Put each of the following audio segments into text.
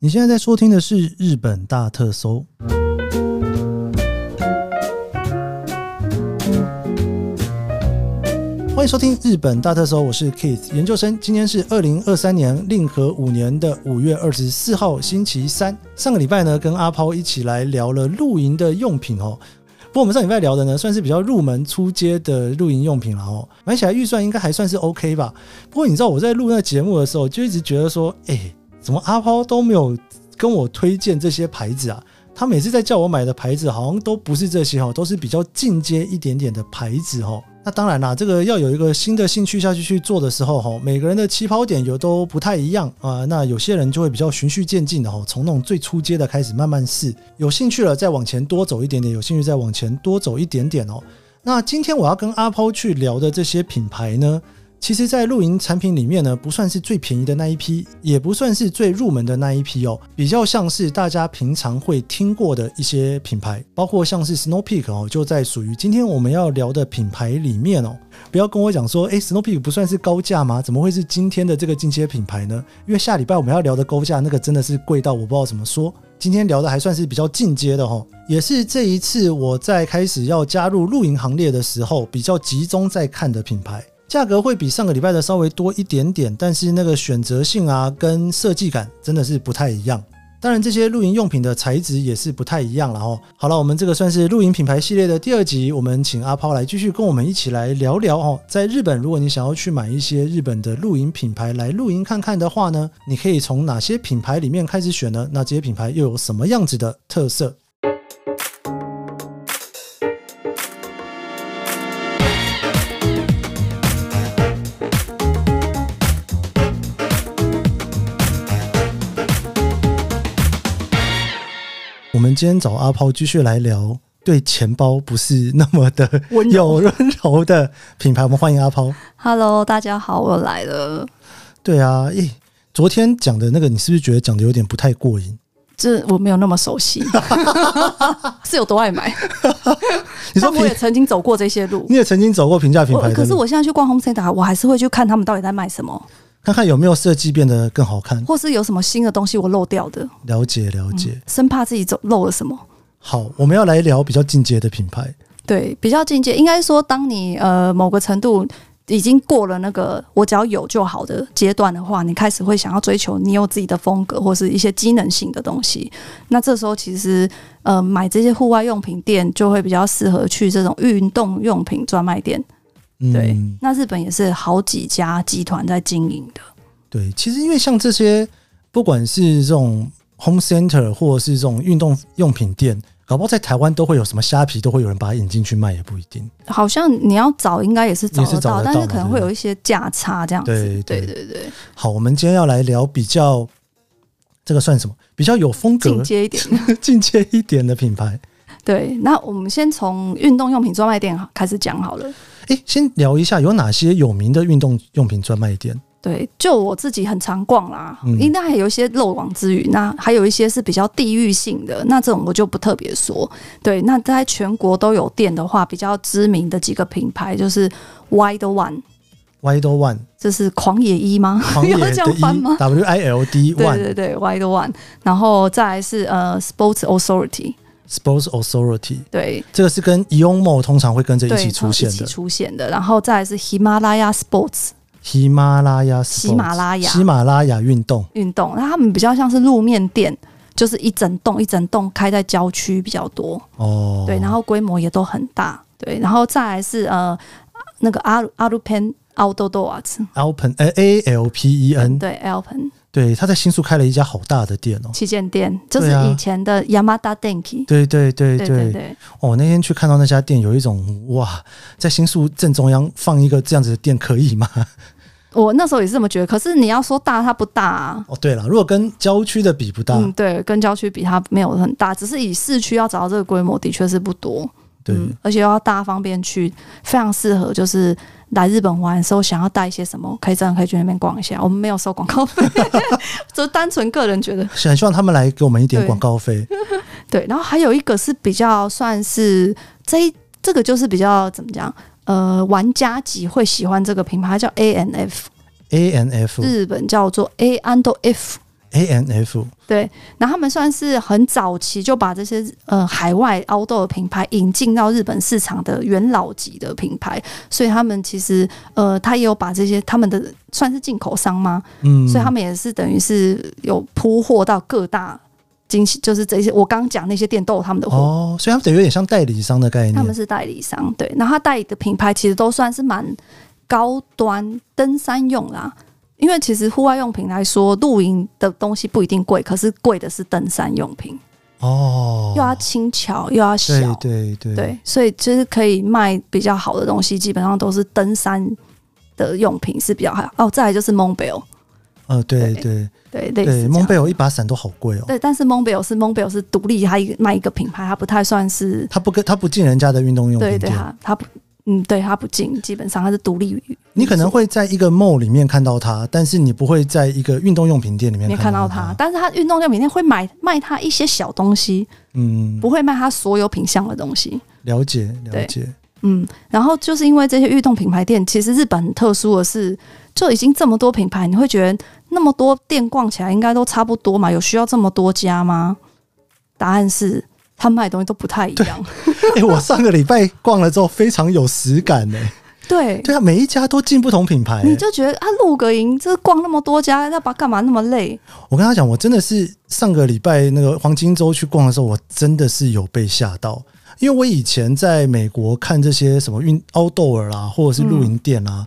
你现在在收听的是《日本大特搜》。欢迎收听《日本大特搜》，我是 Keith 研究生。今天是二零二三年令和五年的五月二十四号，星期三。上个礼拜呢，跟阿抛一起来聊了露营的用品哦。不过我们上礼拜聊的呢，算是比较入门出街的露营用品了哦，买起来预算应该还算是 OK 吧。不过你知道我在录那节目的时候，就一直觉得说，哎、怎么阿抛都没有跟我推荐这些牌子啊？他每次在叫我买的牌子，好像都不是这些哦，都是比较进阶一点点的牌子哦。那当然啦，这个要有一个新的兴趣下去去做的时候哈，每个人的起跑点有都不太一样啊、那有些人就会比较循序渐进的哈，从那种最初阶的开始慢慢试，有兴趣了再往前多走一点点，有兴趣再往前多走一点点哦。那今天我要跟阿抛去聊的这些品牌呢，其实，在露营产品里面呢，不算是最便宜的那一批，也不算是最入门的那一批哦，比较像是大家平常会听过的一些品牌，包括像是 Snow Peak 哦，就在属于今天我们要聊的品牌里面哦。不要跟我讲说，诶 s n o w Peak 不算是高价吗？怎么会是今天的这个进阶品牌呢？因为下礼拜我们要聊的高价那个真的是贵到我不知道怎么说。今天聊的还算是比较进阶的哈，也是这一次我在开始要加入露营行列的时候，比较集中在看的品牌。价格会比上个礼拜的稍微多一点点，但是那个选择性啊跟设计感真的是不太一样。当然，这些露营用品的材质也是不太一样了哦。好了，我们这个算是露营品牌系列的第二集，我们请阿抛来继续跟我们一起来聊聊哦。在日本，如果你想要去买一些日本的露营品牌来露营看看的话呢，你可以从哪些品牌里面开始选呢？那这些品牌又有什么样子的特色？我们今天找阿抛继续来聊对钱包不是那么的 温柔有温柔的品牌，我们欢迎阿抛。 Hello，大家好，我来了。对啊，诶、昨天讲的那个，你是不是觉得讲的有点不太过瘾？这我没有那么熟悉， 是有多爱 买？你说但我平也，曾经走过这些路。你也曾经走过平价品我牌的可是路，我现在去逛 Home Center，我还是会去看他们到底在卖什么，看看有没有设计变得更好看。或是有什么新的东西我漏掉的，了解了解。生怕自己走漏了什么。好，我们要来聊比较进阶的品牌。对，比较境界，应该说，当你呃某个程度已经过了那个我只要有就好的阶段的话，你开始会想要追求你有自己的风格或是一些机能性的东西。那这时候其实呃买这些户外用品店就会比较适合去这种运动用品专卖店。嗯对，那日本也是好几家集团在经营的。对，其实因为像这些，不管是这种 home center 或者是这种运动用品店，搞不好在台湾都会有什么虾皮，都会有人把它引进去卖，也不一定。好像你要找，应该也是找也得是找到，得但到是嘛可能对会不有一些价差这样子。对对对对对，好，我们今天要来聊比较，这个算什么？比较有风格进、阶一点。 进阶一点的品牌。 对，那我们先从运动用品专卖店开始讲好了。诶，先聊一下有哪些有名的运动用品专卖店？对，就我自己很常逛啦，嗯应该还有一些漏网之鱼，那还有一些是比较地域性的，那这种我就不特别说。对，那在全国都有店的话，比较知名的几个品牌就是 Wide One， Wild One 这是狂野一吗？狂野 要这的样翻吗一 W I L D 对 One 对对，Wide One，然后再来是呃 Sports Authority， Sports Authority，对，这个是跟 Eon Mall 通常会跟着一对，起出现一起的。出现的，然后再来是 Himalaya Sports，喜马拉雅 Sports，喜马拉雅喜马拉雅运动，运动，那他们比较像是路面店，就是一整栋一整栋开在郊区比较多，哦，对，然后规模也都很大，对，然后再来是呃那个阿鲁阿鲁penn Outdoors， Alpen 呃 A L P E N，对 Alpen 对，他在新宿开了一家好大的店哦。旗舰店，就是对啊以前的 Yamada Denki，对对对对对对，哦，那天去看到那家店，有一种哇，在新宿正中央放一个这样子的店可以吗？ 我那时候也是这么觉得，可是你要说大，它不大、啊。哦，对了，如果跟郊区的比不大，嗯，对，跟郊区比，它没有很大，只是以市区要找到这个规模，的确是不多。对，嗯，而且又要大家方便去，非常适合就是来日本玩的时候想要带一些什么，可以真的可以去那边逛一下。我们没有收广告费， 就单纯个人觉得很希望他们来给我们一点对广告 费。对。然后还有一个是比较算是这一这个就是比较怎么讲？呃，玩家级会喜欢这个品牌它叫 A N F，嗯 A N F 日本叫做 A and F， A N F，对，然后他们算是很早期就把这些呃海外 outdoor 的品牌引进到日本市场的元老级的品牌，所以他们其实呃，他也有把这些他们的算是进口商吗？嗯，所以他们也是等于是有铺货到各大经济，就是这些我刚讲那些店都有他们的货。哦，所以他们等于有点像代理商的概他念们，是代理商，对，然后他代理的品牌其实都算是蛮高端登山用啦，因为其实户外用品来说，露营的东西不一定贵，可是贵的是登山用品，哦，又要轻巧又要小，对对对对所以就是可以卖比较好的东西，基本上都是登山的用品是比较好。哦，再来就是 Monbel，呃，对对对对，类对，似这蒙样。贝尔一把伞都好贵哦，对，但是 Monbel 是 Monbel 是独立，它一个卖一个品牌，它不太算是他不跟他不进人家的运动用对品对店，它它不嗯对它不进，基本上它是独立于你可能会在一个 mall 里面看到它，但是你不会在一个运动用品店里面没看到它它，，但是它运动量每天会买卖它一些小东西，嗯，不会卖它所有品相的东西。了解了对解，嗯，然后就是因为这些运动品牌店，其实日本很特殊的是，就已经这么多品牌，你会觉得那么多店逛起来应该都差不多嘛？有需要这么多家吗？答案是，他卖的东西都不太一样。 哎、我上个礼拜逛了之后非常有实感呢、 对，对啊，每一家都进不同品牌、欸你就觉得啊，露个营，这逛那么多家，要把干嘛那么累？我跟他讲，我真的是上个礼拜那个黄金周去逛的时候，我真的是有被吓到，因为我以前在美国看这些什么运 outdoor 啦，或者是露营店啦、嗯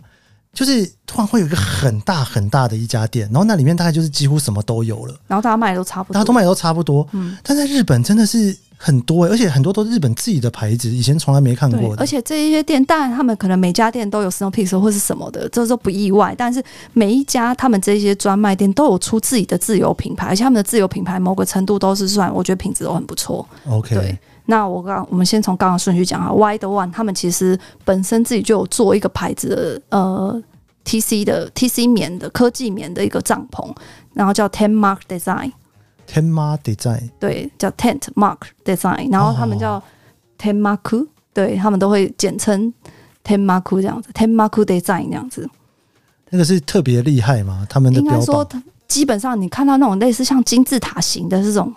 就是突然会有一个很大很大的一家店，然后那里面大概就是几乎什么都有了，然后大家卖的都差不大多家都。卖的都差不多。嗯但在日本真的是很多、欸，而且很多都是日本自己的牌子，以前从来没看对过，的。而且这一些店，当然他们可能每家店都有 Snow Peaks 或是什么的，这都不意外。但是每一家他们这些专卖店都有出自己的自有品牌，而且他们的自有品牌某个程度都是算，我觉得品质都很不错。对 OK，，那我刚我们先从刚刚的顺序讲啊，Wide One 他们其实本身自己就有做一个牌子的呃 TC 的 TC 棉的科技棉的一个帐篷，然后叫 Ten Mark Design， Tenma Design 对，叫 Tent Mark Design，然后他们哦叫 Ten Mark，对他们都会简称 Ten Mark 这样子，Ten Mark Design 这样子，那个是特别厉害嘛，他们的应该标说榜它基本上你看到那种类似像金字塔型的这种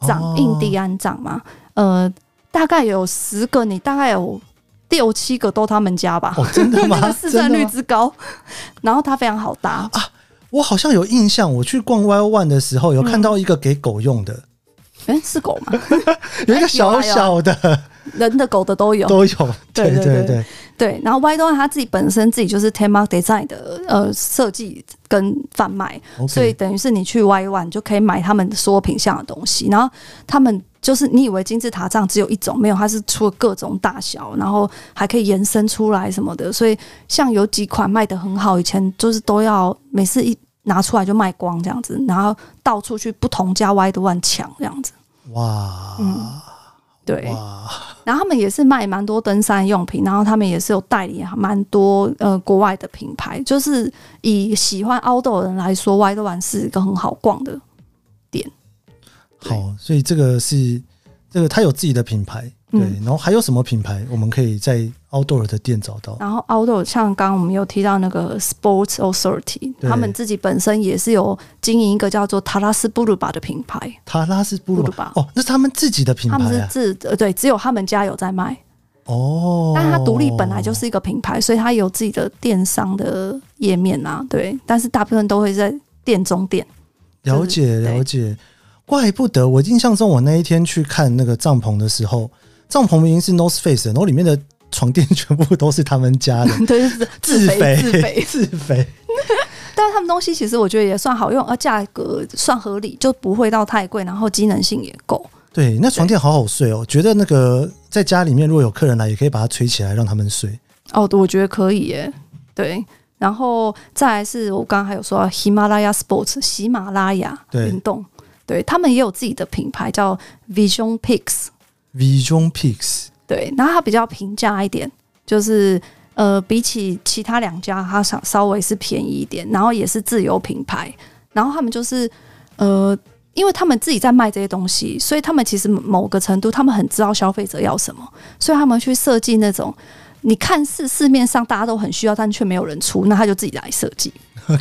长哦印第安长嘛，呃，大概有十个，你大概有六七个都他们家吧，哦，真的 那吗？个市占真率的吗啊之高，然后它非常好搭，我好像有印象，我去嗯逛 Y One 的时候，有看到一个给狗用的，哎、是狗嘛，有一个小小的人的狗的都哎啊有，啊都有。对对对对对对，对，然后 Y 端它自己本身自己就是 Tema Design 的呃设计跟贩卖，所以 OK，等于是你去 Y One 就可以买他们所有品相的东西，然后他们就是你以为金字塔上只有一种，没有，它是出了各种大小，然后还可以延伸出来什么的。所以像有几款卖的很好，以前就是都要每次一拿出来就卖光这样子，然后到处去不同家 Y One 抢这样子。哇、嗯对，哇，然后他们也是卖蛮多登山用品，然后他们也是有代理蛮多呃国外的品牌，就是以喜欢 outdoor 的人来说，Y 端是一个很好逛的。对好，所以这个是这个它有自己的品牌，对，嗯然后还有什么品牌我们可以在 Outdoor 的店找到？然后 outdoor 像刚刚我们有提到那个 Sports Authority，对他们自己本身也是有经营一个叫做塔拉斯布鲁巴的品牌，塔拉斯布布鲁鲁巴哦，那是他们自己的品他们牌是啊，自呃对，只有他们家有在卖，哦，但是它独立本来就是一个品牌，所以它有自己的电商的页面啊，对，但是大部分都会在店中店， 了解是对，了解，怪不得我印象中我那一天去看那个帐篷的时候，帐篷明明是 North Face，的然后里面的床垫全部都是他们家的对，就是自肥肥 自肥 自肥，但是他们东西其实我觉得也算好用，而价格算合理，就不会到太贵，然后机能性也够。对，那床垫好好睡哦，觉得那个在家里面如果有客人来，也可以把它吹起来让他们睡。哦，我觉得可以耶，对。然后再来是我刚刚还有说到喜马拉雅 Sports 喜马拉雅对运动，对他们也有自己的品牌叫 Vision Peaks， Vision Peaks 对，然后它比较平价一点，就是呃比起其他两家，它稍稍微是便宜一点，然后也是自有品牌，然后他们就是呃，因为他们自己在卖这些东西，所以他们其实某个程度他们很知道消费者要什么，所以他们去设计那种。你看似市面上大家都很需要，但却没有人出，那他就自己来设计。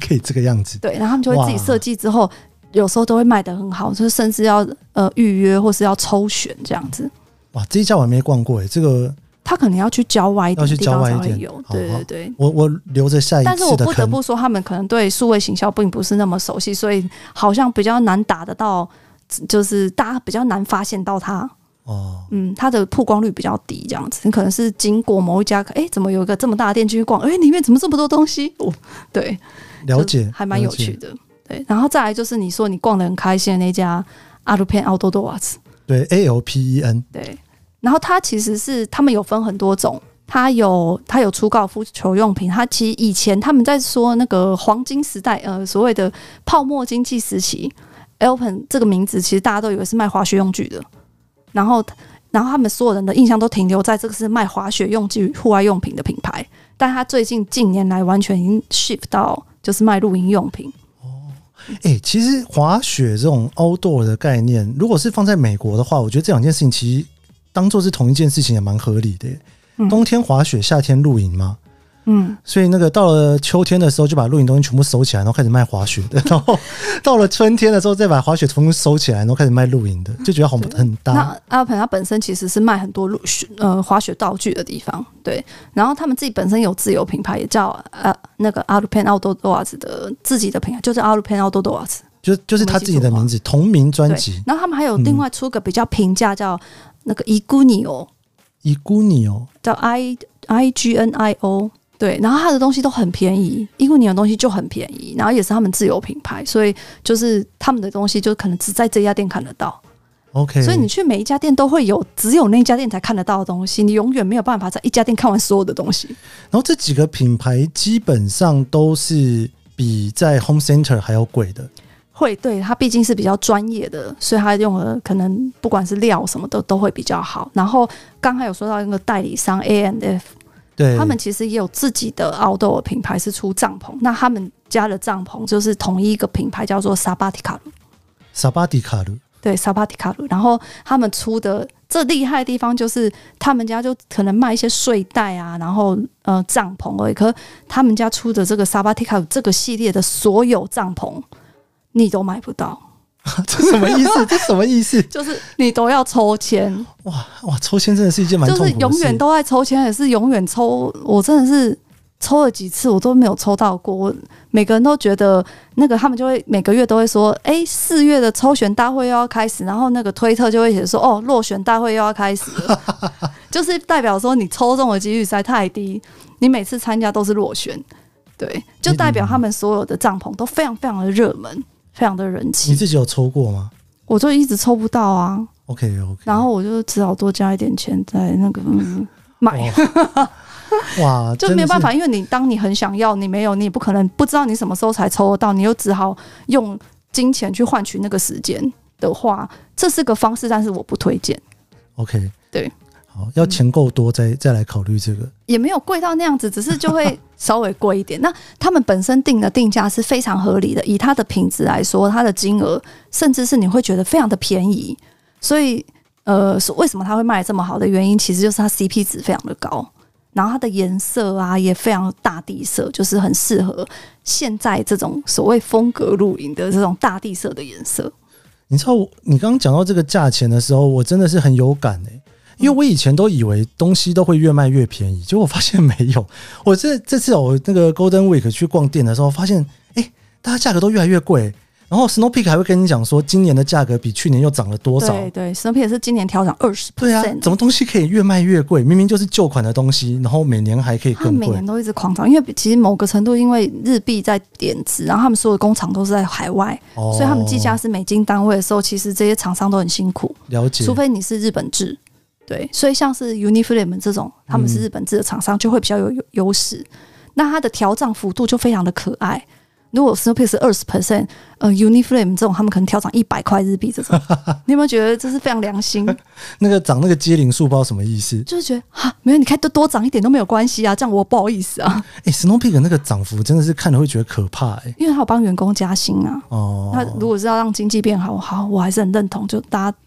可以这个样子，对，然后他们就会自己哇设计之后，有时候都会卖得很好，就是甚至要呃预约或是要抽选这样子。哇，这一家我还没逛过哎，这个他可能要去郊外一点要去的地郊方外才一会点哦有，好对好对对。我我留着下一次的但坑。是我不得不说，他们可能对数位行销并不是那么熟悉，所以好像比较难打得到，就是大家比较难发现到它。哦，嗯，它的曝光率比较低，这样子。你可能是经过某一家，哎、怎么有一个这么大的店进去逛？哎、里面怎么这么多东西？哦， 对，了就解，还蛮有了解趣。的。对，然后再来就是你说你逛得很开心的那家阿鲁片奥多多瓦茨，对，A L P E N，对，然后它其实是他们有分很多种。它有它有出高尔夫球用品，它其实以前他们在说那个黄金时代，呃，所谓的泡沫经济时期 e l p e n 这个名字其实大家都以为是卖滑雪用具的，然后然后他们所有人的印象都停留在这个是卖滑雪用具、户外用品的品牌，但它最近近年来完全已经 shift 到就是卖露营用品。哎、其实滑雪这种 outdoor 的概念，如果是放在美国的话，我觉得这两件事情其实当做是同一件事情也蛮合理的耶。嗯冬天滑雪，夏天露营嘛，嗯，所以那个到了秋天的时候，就把露营东西全部收起来，然后开始卖滑雪 的；然后到了春天的时候，再把滑雪全部收起来，然后开始卖露营的，就觉得好很搭。嗯那阿鹏它本身其实是卖很多露雪呃滑雪道具的地方，对。然后他们自己本身有自有品牌，也叫呃那个阿鲁片奥多多瓦兹的自己的品牌，就是阿鲁片奥多多瓦兹。就就是他自己的名字，同名专对辑。嗯然后他们还有另外出个比较平价，叫那个伊古尼欧，伊古尼哦，叫 I I G N I O。对，然后它的东西都很便宜，伊古尼的东西就很便宜，然后也是他们自有品牌，所以就是他们的东西就可能只在这家店看得到。 OK，所以你去每一家店都会有只有那一家店才看得到的东西，你永远没有办法在一家店看完所有的东西。然后这几个品牌基本上都是比在 Home Center 还要贵的。会，对它毕竟是比较专业的，所以它用的可能不管是料什么的都会比较好。然后刚才有说到那个代理商 A N F，对，他们其实也有自己的 outdoor 品牌是出帐篷，那他们家的帐篷就是同一个品牌叫做 Sabatica 萨巴迪卡鲁，对，萨帕提卡鲁。然后他们出的这厉害的地方就是，他们家就可能卖一些睡袋啊，然后呃帐篷而已。可是他们家出的这个萨巴提卡鲁这个系列的所有帐篷，你都买不到， 这什么意 思？这什么意思？就是你都要抽签，哇哇，抽签真的是一件蛮就痛苦的事。是永远都在抽签，也是永远抽。我真的是。抽了几次我都没有抽到过，我每个人都觉得那个他们就会每个月都会说，哎、四月的抽选大会又要开始，然后那个推特就会写说，哦，落选大会又要开始了，就是代表说你抽中的几率实在太低，你每次参加都是落选，对，就代表他们所有的帐篷都非常非常的热门，非常的人你气，自己有抽过吗我就一直抽不到啊， ？OK OK，然后我就只好多加一点钱在那个、嗯、买。哇，就啊真的没有办是法，因为你当你很想要，你没有，你也不可能不知道你什么时候才抽得到，你又只好用金钱去换取那个时间的话，这是个方式，但是我不推荐， OK，对，好，要钱够多再再来考虑这个。也没有贵到那样子，只是就会稍微贵一点。那他们本身定的定价是非常合理的，以它的品质来说，它的金额甚至是你会觉得非常的便宜，所以呃，是为什么它会卖得这么好的原因，其实就是它 CP 值非常的高，然后它的颜色啊也非常大地色，就是很适合现在这种所谓风格露营的这种大地色的颜色。你知道我，你刚刚讲到这个价钱的时候，我真的是很有感哎、因为我以前都以为东西都会越卖越便宜，结果我发现没有。我这这次我那个 Golden Week 去逛店的时候，发现哎、诶大家价格都越来越贵。然后 Snow Peak 还会跟你讲说，今年的价格比去年又涨了多少？对对，Snow Peak 也是今年调涨二十对啊，怎么东西可以越卖越贵？明明就是旧款的东西，然后每年还可以他们更每贵年。都一直狂涨，因为其实某个程度，因为日币在贬值，然后他们所有的工厂都是在海外，哦所以他们计价是美金单位的时候，其实这些厂商都很辛苦，了解除，非你是日本制。对，所以像是 Uniflam 这种，他嗯们是日本制的厂商，就会比较有有优势。那它的调涨幅度就非常的可爱。如果 Snoopy 是二十 percent，呃，Uniflam 这种他们可能调涨一百块日币 这种，你有没有觉得这是非常良心？那个涨那个接零数包什么意思？就是觉得哈，没有，你看多多涨一点都没有关系啊，这样我不好意思啊，哎、s n o w Peak 那个涨幅真的是看了会觉得可怕哎、因为他有帮员工加薪啊。哦，那如果是要让经济变好，好，我还是很认同，就大家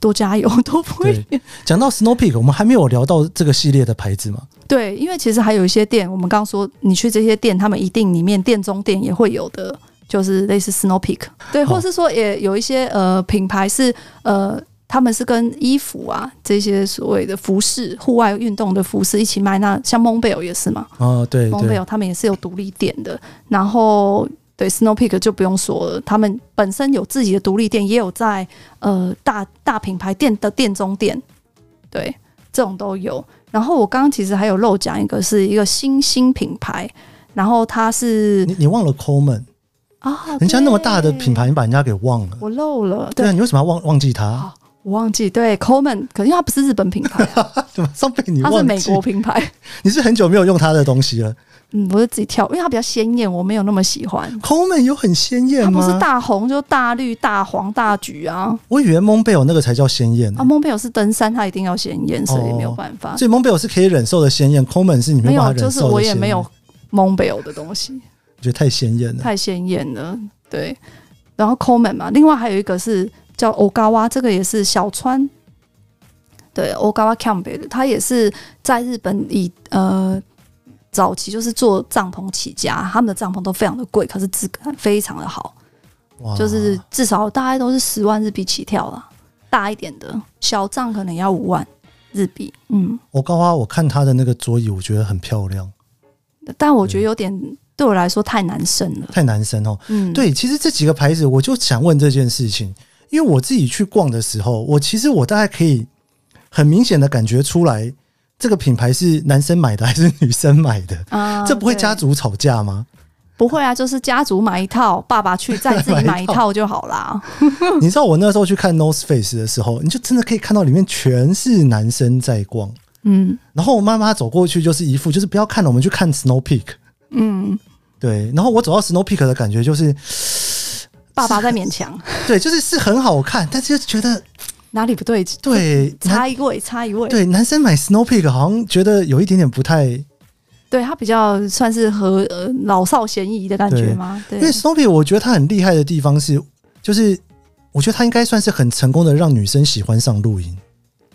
多加油， 多不会对，讲到 Snow Peak，我们还没有聊到这个系列的牌子嘛？对，因为其实还有一些店，我们刚刚说你去这些店，他们一定里面店中店也会有的就是类似 Snow Peak，对，哦或是说也有一些呃品牌是呃。他们是跟衣服啊这些所谓的服饰、户外运动的服饰一起卖。那像蒙贝尔也是嘛，哦，对蒙贝对尔他们也是有独立店的。然后对 Snow Peak 就不用说了，他们本身有自己的独立店，也有在呃大大品牌店的店中店，对，这种都有。然后我刚刚其实还有漏讲一个，是一个新兴品牌，然后它是你你忘了 Coleman，啊，人家那么大的对品牌，，你把人家给忘了。我漏了，对对啊，，你为什么要忘忘记他？啊我忘记对 Coleman，可是因为它不是日本品牌、啊，怎么上被 你它是忘美记国？品牌。 你是很久没有用他的东西了。嗯，我是自己挑，因为它比较鲜艳，我没有那么喜欢。 Coleman 有很鲜它艳不是吗？大红就大绿、大黄、大橘啊。我以为蒙贝尔那个才叫鲜艳呢啊，，蒙贝尔是登山，它一定要显眼，所以没有办法。所以蒙贝尔是可以忍受的鲜艳，Coleman 是你啊没办法有，忍受就的是我也鲜艳没有，蒙贝尔的东西，我觉得太鲜艳了。太鲜艳了。对，然后 Coleman 嘛，另外还有一个是叫 Ogawa，这个也是小川。对，Ogawa c a m b e l 他也是在日本以呃早期就是做帐篷起家，他们的帐篷都非常的贵，可是质感非常的好，哇就是至少大概都是十万日币起跳啦，大一点的小帐可能要五万日币，嗯。我高啊花，我看他的那个桌椅，我觉得很漂亮，但我觉得有点对我来说太难胜了。太男生哦。嗯，，对，其实这几个牌子，我就想问这件事情，因为我自己去逛的时候，我其实我大概可以很明显的感觉出来，这个品牌是男生买的还是女生买的。啊这不会家对族吵架吗？不会啊，就是家族买一套，爸爸 去再自己买买一一套套就好啦。嗯你知道我那时候去看 North Face 的时候，你就真的可以看到里面全是男生在逛，嗯然后我妈妈走过去就是一副就是不要看了，我们去看 Snow Peak。嗯，对，然后我走到 Snow Peak 的感觉就是，爸爸在勉 强，对，就是是很好看，但是就觉得哪里不对劲？对男差一位，差一位。对男生买 Snow Peak 好像觉得有一点点不太，因对他比较算是和呃老少咸宜的感觉吗？对，为 Snow Peak 我觉得它很厉害的地方是，就是我觉得它应该算是很成功的让女生喜欢上露营。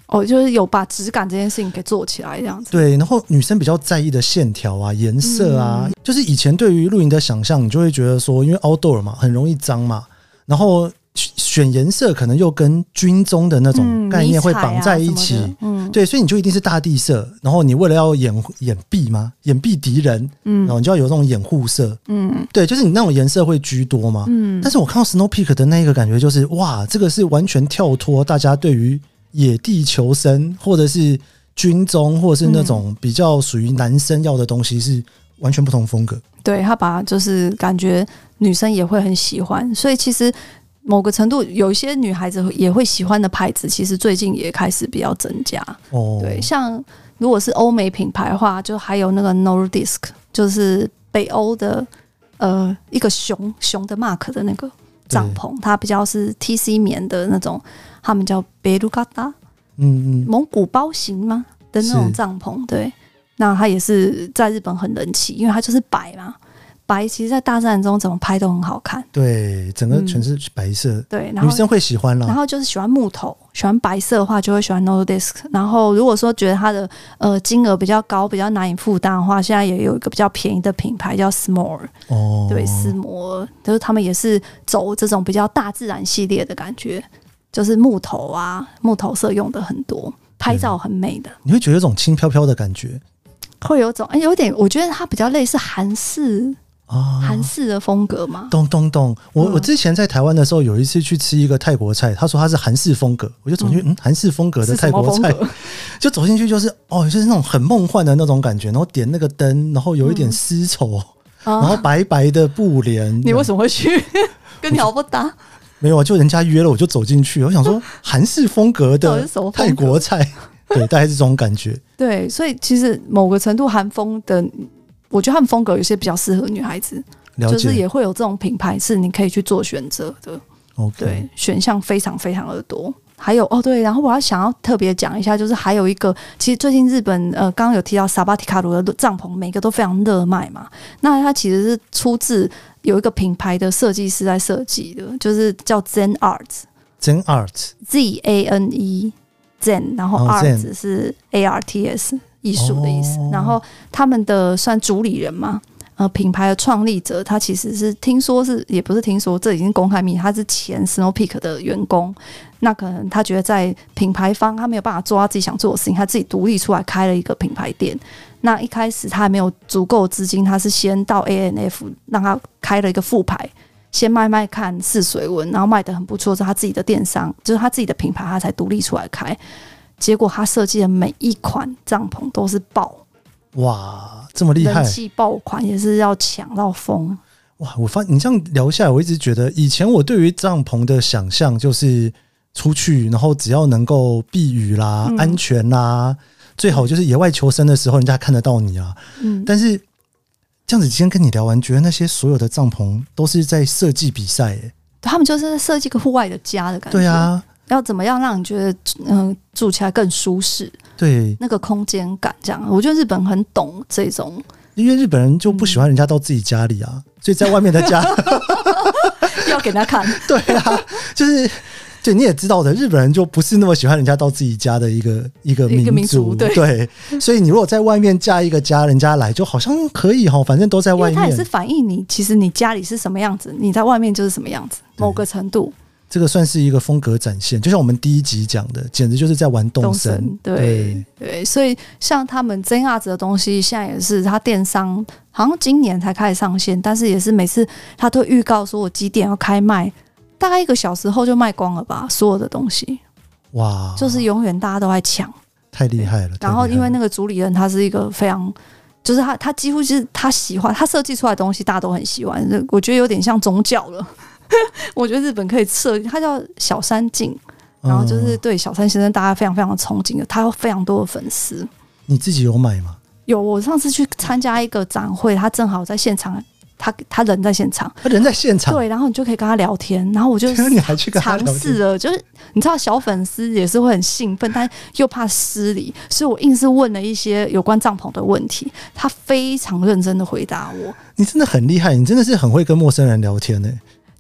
哦，就是有把质感这件事情给做起来这样子。对，然后女生比较在意的线条啊、颜色啊，嗯就是以前对于露营的想象，你就会觉得说，因为 outdoor 嘛，很容易脏嘛，然后选选颜色可能又跟军棕的那种嗯，概念会迷彩啊绑在一起。什么的嗯，对，所以你就一定是大地色，然后你为了要掩掩蔽嘛，掩蔽敌人，然嗯后你就要有这种掩护色。嗯对，就是你那种颜色会居多嘛。嗯但是我看到 Snow Peak 的那一个感觉就是，哇，这个是完全跳脱大家对于野地求生，或者是军中，或者是那种比较属于男生要的东西，是完全不同风格。对他把就是感觉女生也会很喜欢，所以其实某个程度有一些女孩子也会喜欢的牌子，其实最近也开始比较增加。哦，对，像如果是欧美品牌的话，就还有那个 Nordisk，就是北欧的呃一个熊熊的 mark 的那个帐篷，它比较是 TC 棉的那种，他们叫 Belugata 嗯嗯，蒙古包型吗的那是种帐篷，对，那它也是在日本很人气，因为它就是白嘛，白其实在大自然中怎么拍都很好看，对，整个嗯全是白色，对，然女后生会喜欢然啦。后就是喜欢木头，喜欢白色的话就会喜欢 Nordisk，然后如果说觉得它的呃金额比较高，比较难以负担的话，现在也有一个比较便宜的品牌叫 Small，哦，对，斯摩，就是他们也是走这种比较大自然系列的感觉，就是木头啊，木头色用的很多，拍照很美的。你会觉得有种轻飘飘的感觉会有种哎、有点，我觉得它比较类似韩式啊。韩式的风格嘛。咚咚咚！我、嗯我之前在台湾的时候，有一次去吃一个泰国菜，他说他是韩式风格，我就走进去，嗯，韩、式风格的是泰什么国风菜， 格？就走进去就是哦，就是那种很梦幻的那种感觉，然后点那个灯，然后有一点丝绸，然后啊，白白的布帘。你为什么会去？ 跟你好不搭。没有啊？就人家约了，我就走进去。我想说韩式风格啊到的底是什么风泰格国 菜，对，大概是这种感觉。对，所以其实某个程度，韩风的，我觉得他们风格有些比较适合女孩子，了就解、是也会有这种品牌是你可以去做选择的。 o k 对，选项非常非常的多。还有哦，对，然后我要想要特别讲一下，就是还有一个，其实最近日本呃，刚刚有提到萨巴提卡罗的帐篷，每个都非常热卖嘛。那它其实是出自有一个品牌的设计师在设计的，就是叫 Zen Art ，Zen Art Z A N E Zen，然后哦 Art Zen 是 A R T S 艺术的意思。哦然后他们的算主理人嘛，呃品牌的创立者，他其实是听说是也不是听说，这已经公开秘密，他是前 Snow Peak 的员工。那可能他觉得在品牌方他没有办法做他自己想做的事情，他自己独立出来开了一个品牌店。那一开始他还没有足够资金，他是先到 A N F 让他开了一个副牌，先卖卖看试水温，然后卖的很不错，是他自己的电商，就是他自己的品牌，他才独立出来开。结果他设计的每一款帐篷都是爆，哇，这么厉害人！气爆款，也是要抢到疯。哇，我发你这样聊下来，我一直觉得以前我对于帐篷的想象就是出去，然后只要能够避雨啦、嗯安全啦，最好就是野外求生的时候人家看得到你啊。嗯，但是这样子，今天跟你聊完，觉得那些所有的帐篷都是在设计比赛、欸，他们就是在设计一个户外的家的感觉。对，啊，要怎么样让你觉得嗯、住起来更舒适，对，那个空间感这样。我觉得日本很懂这种，因为日本人就不喜欢人家到自己家里啊，所以在外面的 家，要给他看。对啊，就是。对，你也知道的，日本人就不是那么喜欢人家到自己家的一个一个一个民族，族对所以你如果在外面嫁一个家，人家来就好像可以哈，反正都在因 外为它也是面，反映你，其实你家里是什么样子，你在外面就是什么样子，某个程度这个算是一个风格展现。就像我们第一集讲的，简直就是在玩动动身，身。对对，所以像他们 z e n a r 的东西，现在也是他电商，好像今年才开始上线，但是也是每次他都预告说我几点要开卖，大概一个小时后就卖光了吧，所有的东西哇，就是永远大家都在抢。太厉害了。然后因为那个个主理人他是一个非常，就是他他几乎就是他喜欢他设计出来的东西大家都很喜欢，这我觉得有点像宗教了。 我觉得日本可以设计，他叫小山静，然后嗯就是对小山先生大家非常非常憧憬的，他有非常多的粉丝。你自己有买吗？有我上次去参加一个展会，他正好在现场，他他人在现场，啊他人在现场，对，然后你就可以跟他聊天，然后我 就天啊， 你还去跟他尝聊天试了，就是你知道小粉丝也是会很兴奋，但又怕失礼，所以我硬是问了一些有关帐篷的问题，他非常认真的回答我，你真的很厉害，你真的是很会跟陌生人聊天呢、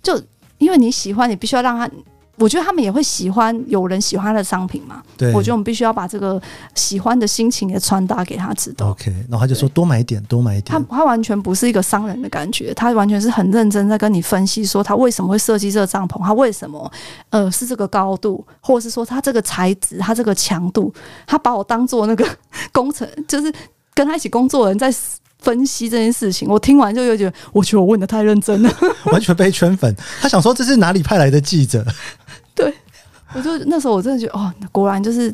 就因为你喜欢，你必须要让他。我觉得他们也会喜欢有人喜欢他的商品嘛，对，我觉得我们必须要把这个喜欢的心情也传达给他知道。 OK。然后他就说多买一点，多买一他点。他完全不是一个商人的感觉，他完全是很认真在跟你分析说他为什么会设计这个帐篷，他为什么呃是这个高度，或者是说他这个材质，他这个强度，他把我当做那个工程，就是跟他一起工作的人在分析这件事情。我听完就又觉得，我觉得我问的太认真了， 完全被圈粉。他想说这是哪里派来的记者？ 我就那时候我真的觉得哦，果然就是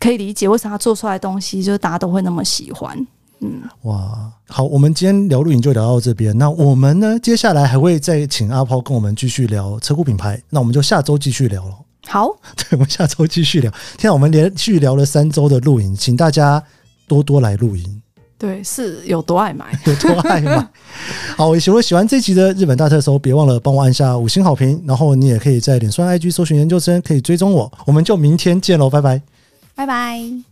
可以理解为什么他做出来的东西就是大家都会那么喜欢。嗯，哇，好，我们今天聊露营就聊到这边。那我们呢，接下来还会再请阿抛跟我们继续聊车库品牌。那我们就下周继续聊了。好，对， 我们下周继续聊。天啊，我们连续聊了三周的露营，请大家多多来露营。对，是有多爱买。有多爱嘛。好，如果喜欢这集的日本大特搜，别忘了帮我按下五星好评，然后你也可以在脸书、IG 搜寻研究生，可以追踪我。我们就明天见喽，拜拜。拜拜。